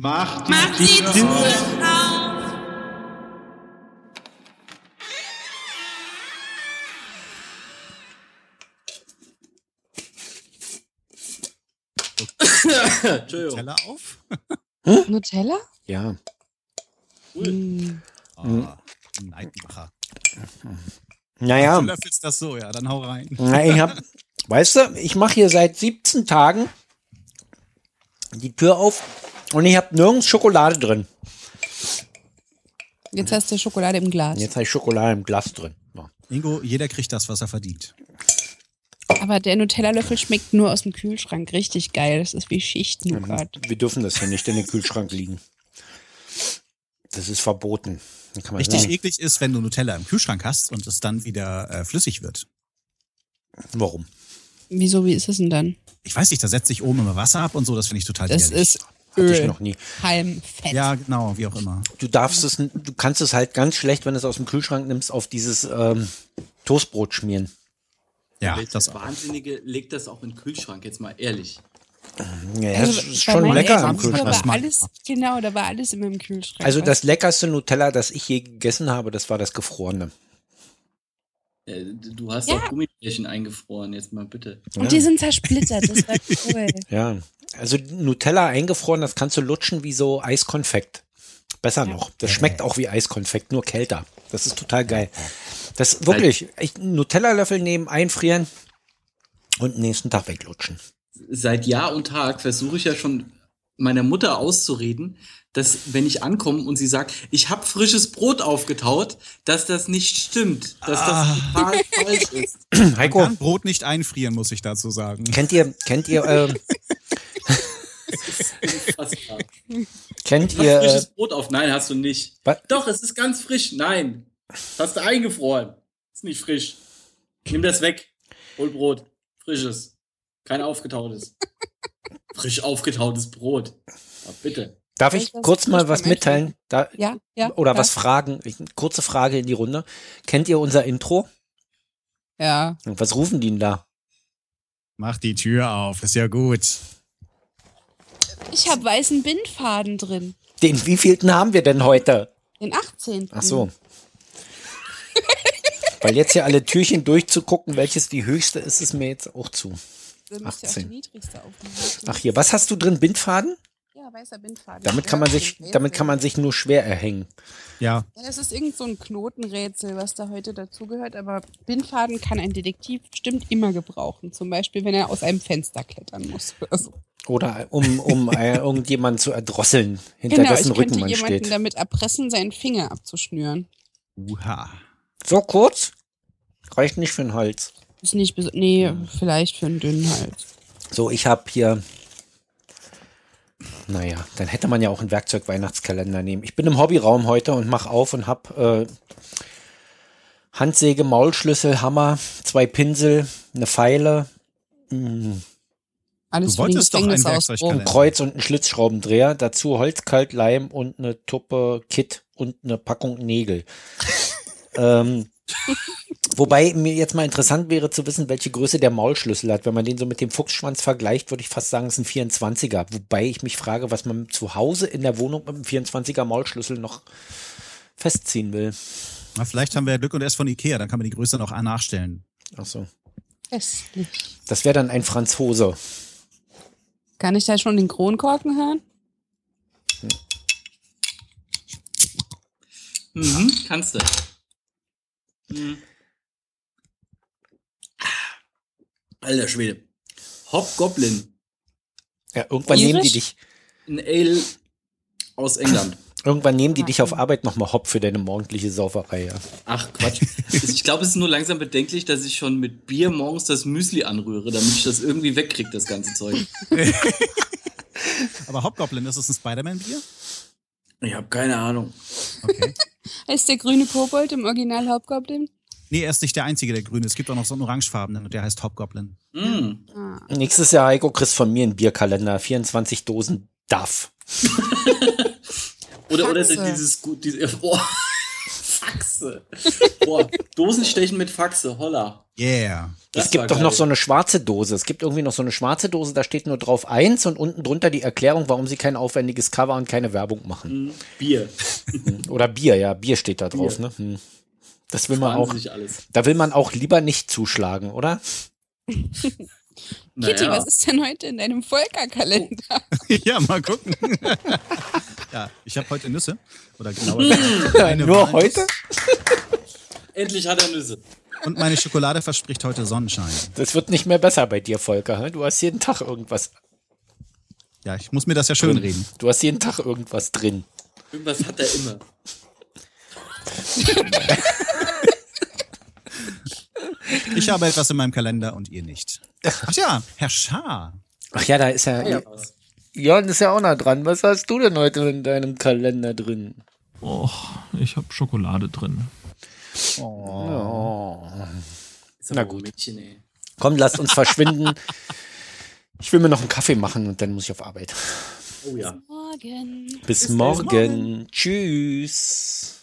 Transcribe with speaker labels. Speaker 1: Mach die,
Speaker 2: Mach die
Speaker 1: Tür
Speaker 2: Tür
Speaker 1: auf.
Speaker 2: auf.
Speaker 3: Entschuldigung.
Speaker 1: Teller auf.
Speaker 4: Nutella?
Speaker 3: Ja.
Speaker 4: Hm.
Speaker 1: Ah, ein Neidenmacher.
Speaker 3: Naja,
Speaker 1: Du löffelst das so, ja, dann hau rein.
Speaker 3: na, ich hab, weißt du, ich mache hier seit 17 Tagen die Tür auf und ich habe nirgends Schokolade drin.
Speaker 4: Jetzt hast du Schokolade im Glas.
Speaker 3: Jetzt habe ich Schokolade im Glas drin. So.
Speaker 1: Ingo, jeder kriegt das, was er verdient.
Speaker 4: Aber der Nutella-Löffel schmeckt nur aus dem Kühlschrank. Richtig geil. Das ist wie Oh
Speaker 3: Mhm.
Speaker 4: Schichtnukat.
Speaker 3: Wir dürfen das hier nicht in den Kühlschrank liegen. Das ist verboten. Dann kann man
Speaker 1: Richtig
Speaker 3: sagen,
Speaker 1: eklig ist, wenn du Nutella im Kühlschrank hast und es dann wieder äh, flüssig wird.
Speaker 3: warum?
Speaker 4: Wieso, wie ist es denn dann?
Speaker 1: Ich weiß nicht, da setzt sich oben immer Wasser ab und so, das finde ich total
Speaker 4: Das
Speaker 1: widerlich.
Speaker 4: ist
Speaker 3: Hatte ich
Speaker 4: Öl.
Speaker 3: noch nie.
Speaker 4: Palmfett.
Speaker 1: Ja, genau, wie auch immer.
Speaker 3: Du darfst es, n- du kannst es halt ganz schlecht, wenn du es aus dem Kühlschrank nimmst, auf dieses ähm, Toastbrot schmieren.
Speaker 1: Ja,
Speaker 5: Welcher
Speaker 1: das auch.
Speaker 5: Wahnsinnige legt das auch in den Kühlschrank, jetzt mal ehrlich.
Speaker 3: Ja,
Speaker 4: Also,
Speaker 3: das ist
Speaker 4: bei
Speaker 3: schon
Speaker 4: meinen
Speaker 3: lecker
Speaker 4: Eltern
Speaker 3: am
Speaker 4: früher
Speaker 3: Kühlschrank.
Speaker 4: War alles, genau, da war alles immer im Kühlschrank.
Speaker 3: Also das leckerste Nutella, das ich je gegessen habe, das war das gefrorene.
Speaker 5: Äh, Du hast
Speaker 4: Ja.
Speaker 5: auch Gummibärchen eingefroren, jetzt mal bitte.
Speaker 4: Und die sind zersplittert. Das war cool.
Speaker 3: Ja. Also Nutella eingefroren, das kannst du lutschen wie so Eiskonfekt. Besser noch. Das schmeckt auch wie Eiskonfekt, nur kälter. Das ist total geil. Das wirklich, ich, Nutella-Löffel nehmen, einfrieren und nächsten Tag weglutschen.
Speaker 5: Seit Jahr und Tag versuche ich ja schon meiner Mutter auszureden, dass wenn ich ankomme und sie sagt, ich habe frisches Brot aufgetaut, dass das nicht stimmt, dass das
Speaker 2: Ah.
Speaker 5: total falsch ist.
Speaker 1: Man
Speaker 3: Heiko,
Speaker 1: kann Brot nicht einfrieren, muss ich dazu sagen.
Speaker 3: kennt ihr, kennt ihr, äh,
Speaker 5: Unfassbar.
Speaker 3: kennt
Speaker 5: Ich
Speaker 3: ihr,
Speaker 5: hab
Speaker 3: äh,
Speaker 5: frisches Brot auf. Nein, hast du nicht.
Speaker 3: was?
Speaker 5: Doch, es ist ganz frisch. Nein. Das hast du eingefroren. Ist nicht frisch. Nimm das weg. Hol Brot. Frisches. Kein aufgetautes. Frisch aufgetautes Brot. Ja, bitte.
Speaker 3: darf
Speaker 4: Soll
Speaker 3: ich
Speaker 4: ich das
Speaker 3: kurz mal
Speaker 4: nicht
Speaker 3: was
Speaker 4: vermischen?
Speaker 3: mitteilen? Da,
Speaker 4: Ja, ja.
Speaker 3: oder
Speaker 4: ja.
Speaker 3: was fragen? Ich, kurze Frage in die Runde. Kennt ihr unser Intro?
Speaker 4: Ja.
Speaker 3: Was rufen die denn da?
Speaker 1: Mach die Tür auf, ist ja gut.
Speaker 4: Ich habe weißen Bindfaden drin.
Speaker 3: Den wievielten haben wir denn heute?
Speaker 4: Den 18.
Speaker 3: Ach so. Hm. Weil jetzt hier alle Türchen durchzugucken, welches die höchste ist, ist mir jetzt auch zu.
Speaker 4: Dann müsst ihr auch
Speaker 3: 18.
Speaker 4: die niedrigste aufmachen.
Speaker 3: Ach hier, was hast du drin? Bindfaden?
Speaker 4: Ja, weißer Bindfaden.
Speaker 3: Damit kann man sich, damit kann man sich nur schwer erhängen.
Speaker 1: Ja,
Speaker 4: Ja, das ist irgend so ein Knotenrätsel, was da heute dazugehört, aber Bindfaden kann ein Detektiv bestimmt immer gebrauchen. Zum Beispiel, wenn er aus einem Fenster klettern muss. Also, Oder so.
Speaker 3: Oder um, um äh, irgendjemanden zu erdrosseln, hinter
Speaker 4: Genau, ich
Speaker 3: dessen
Speaker 4: könnte
Speaker 3: Rücken
Speaker 4: jemanden
Speaker 3: man steht.
Speaker 4: damit erpressen, seinen Finger abzuschnüren.
Speaker 1: uha.
Speaker 3: So kurz? Reicht nicht für den Hals.
Speaker 4: Ist nicht bes Nee, vielleicht für einen dünnen Hals.
Speaker 3: So, ich habe hier. Naja, dann hätte man ja auch einen Werkzeug-Weihnachtskalender nehmen. Ich bin im Hobbyraum heute und mache auf und habe äh, Handsäge, Maulschlüssel, Hammer, zwei Pinsel, eine Pfeile, mm, ein
Speaker 4: Alles
Speaker 1: Du
Speaker 4: für den
Speaker 1: wolltest doch einen
Speaker 4: Gefängnisausbruch.
Speaker 1: Werkzeugkalender.
Speaker 3: Kreuz und einen Schlitzschraubendreher. Dazu Holz, Kaltleim und eine Tuppe Kit und eine Packung Nägel. ähm, wobei mir jetzt mal interessant wäre zu wissen, welche Größe der Maulschlüssel hat. Wenn man den so mit dem Fuchsschwanz vergleicht, würde ich fast sagen, es ist ein 24er. Wobei ich mich frage, was man zu Hause in der Wohnung mit einem 24er Maulschlüssel noch festziehen will.
Speaker 1: Na, vielleicht haben wir ja Glück und er ist von Ikea, dann kann man die Größe noch nachstellen.
Speaker 3: Ach so.
Speaker 4: Festlich.
Speaker 3: Das wäre dann ein Franzose.
Speaker 4: Kann ich da schon den Kronkorken hören?
Speaker 5: Mhm, kannst du. Mhm. Alter Schwede. Hobgoblin.
Speaker 3: Ja, irgendwann nehmen die
Speaker 4: Irisch?
Speaker 3: dich,
Speaker 5: Ein Ale aus England.
Speaker 3: irgendwann nehmen die dich auf Arbeit nochmal hopp für deine morgendliche Sauferei. Ja.
Speaker 5: Ach Quatsch. Ich glaube, es ist nur langsam bedenklich, dass ich schon mit Bier morgens das Müsli anrühre, damit ich das irgendwie wegkriege, das ganze Zeug.
Speaker 1: Aber Hobgoblin, ist es ein Spider-Man-Bier?
Speaker 5: Ich habe keine Ahnung.
Speaker 1: Okay.
Speaker 4: Ist der grüne Kobold im Original Hauptgoblin?
Speaker 1: nee, er ist nicht der einzige, der grüne. Es gibt auch noch so einen orangefarbenen und der heißt Hobgoblin.
Speaker 5: Mm.
Speaker 4: Ah.
Speaker 3: Nächstes Jahr, Heiko, kriegst von mir einen Bierkalender. 24 Dosen Duff.
Speaker 5: Oder, oder
Speaker 4: Scheiße.
Speaker 5: dieses gut, diese, oh, Faxe. Boah, Dosenstechen mit Faxe, holla.
Speaker 1: Yeah.
Speaker 5: Das
Speaker 3: es gibt
Speaker 5: war
Speaker 3: doch
Speaker 5: geil.
Speaker 3: noch so eine schwarze Dose. Es gibt irgendwie noch so eine schwarze Dose, da steht nur drauf eins und unten drunter die Erklärung, warum sie kein aufwendiges Cover und keine Werbung machen.
Speaker 5: Hm, Bier. Mhm.
Speaker 3: Oder Bier, ja, Bier steht da drauf, ne? Hm. Das will man auch.
Speaker 5: Wahnsinnig alles.
Speaker 3: Da will man auch lieber nicht zuschlagen, oder?
Speaker 5: Naja.
Speaker 4: Kitty, was ist denn heute in deinem Volkerkalender?
Speaker 1: ja, mal gucken. ja, ich habe heute Nüsse. Oder genauer gesagt, eine
Speaker 3: Hm. Nur
Speaker 1: Walnuss.
Speaker 3: heute?
Speaker 5: Endlich hat er Nüsse.
Speaker 1: Und meine Schokolade verspricht heute Sonnenschein.
Speaker 3: Das wird nicht mehr besser bei dir, Volker. hä? Du hast jeden Tag irgendwas.
Speaker 1: Ja, ich muss mir das ja schön reden.
Speaker 3: Du hast jeden Tag irgendwas drin.
Speaker 5: Irgendwas hat er immer.
Speaker 1: Ich habe etwas in meinem Kalender und ihr nicht. Ach ja, Herr Schaar.
Speaker 3: Ach ja, da ist ja.
Speaker 5: Ja.
Speaker 3: ja. Jörn ist ja auch noch dran. Was hast du denn heute in deinem Kalender drin?
Speaker 2: Och, ich habe Schokolade drin.
Speaker 3: Oh.
Speaker 5: Ist aber
Speaker 3: Na
Speaker 5: auch
Speaker 3: gut.
Speaker 5: ein Mädchen, ey.
Speaker 3: Komm, lasst uns verschwinden. Ich will mir noch einen Kaffee machen und dann muss ich auf Arbeit.
Speaker 5: Oh ja.
Speaker 4: Morgen.
Speaker 3: Bis morgen. Tschüss.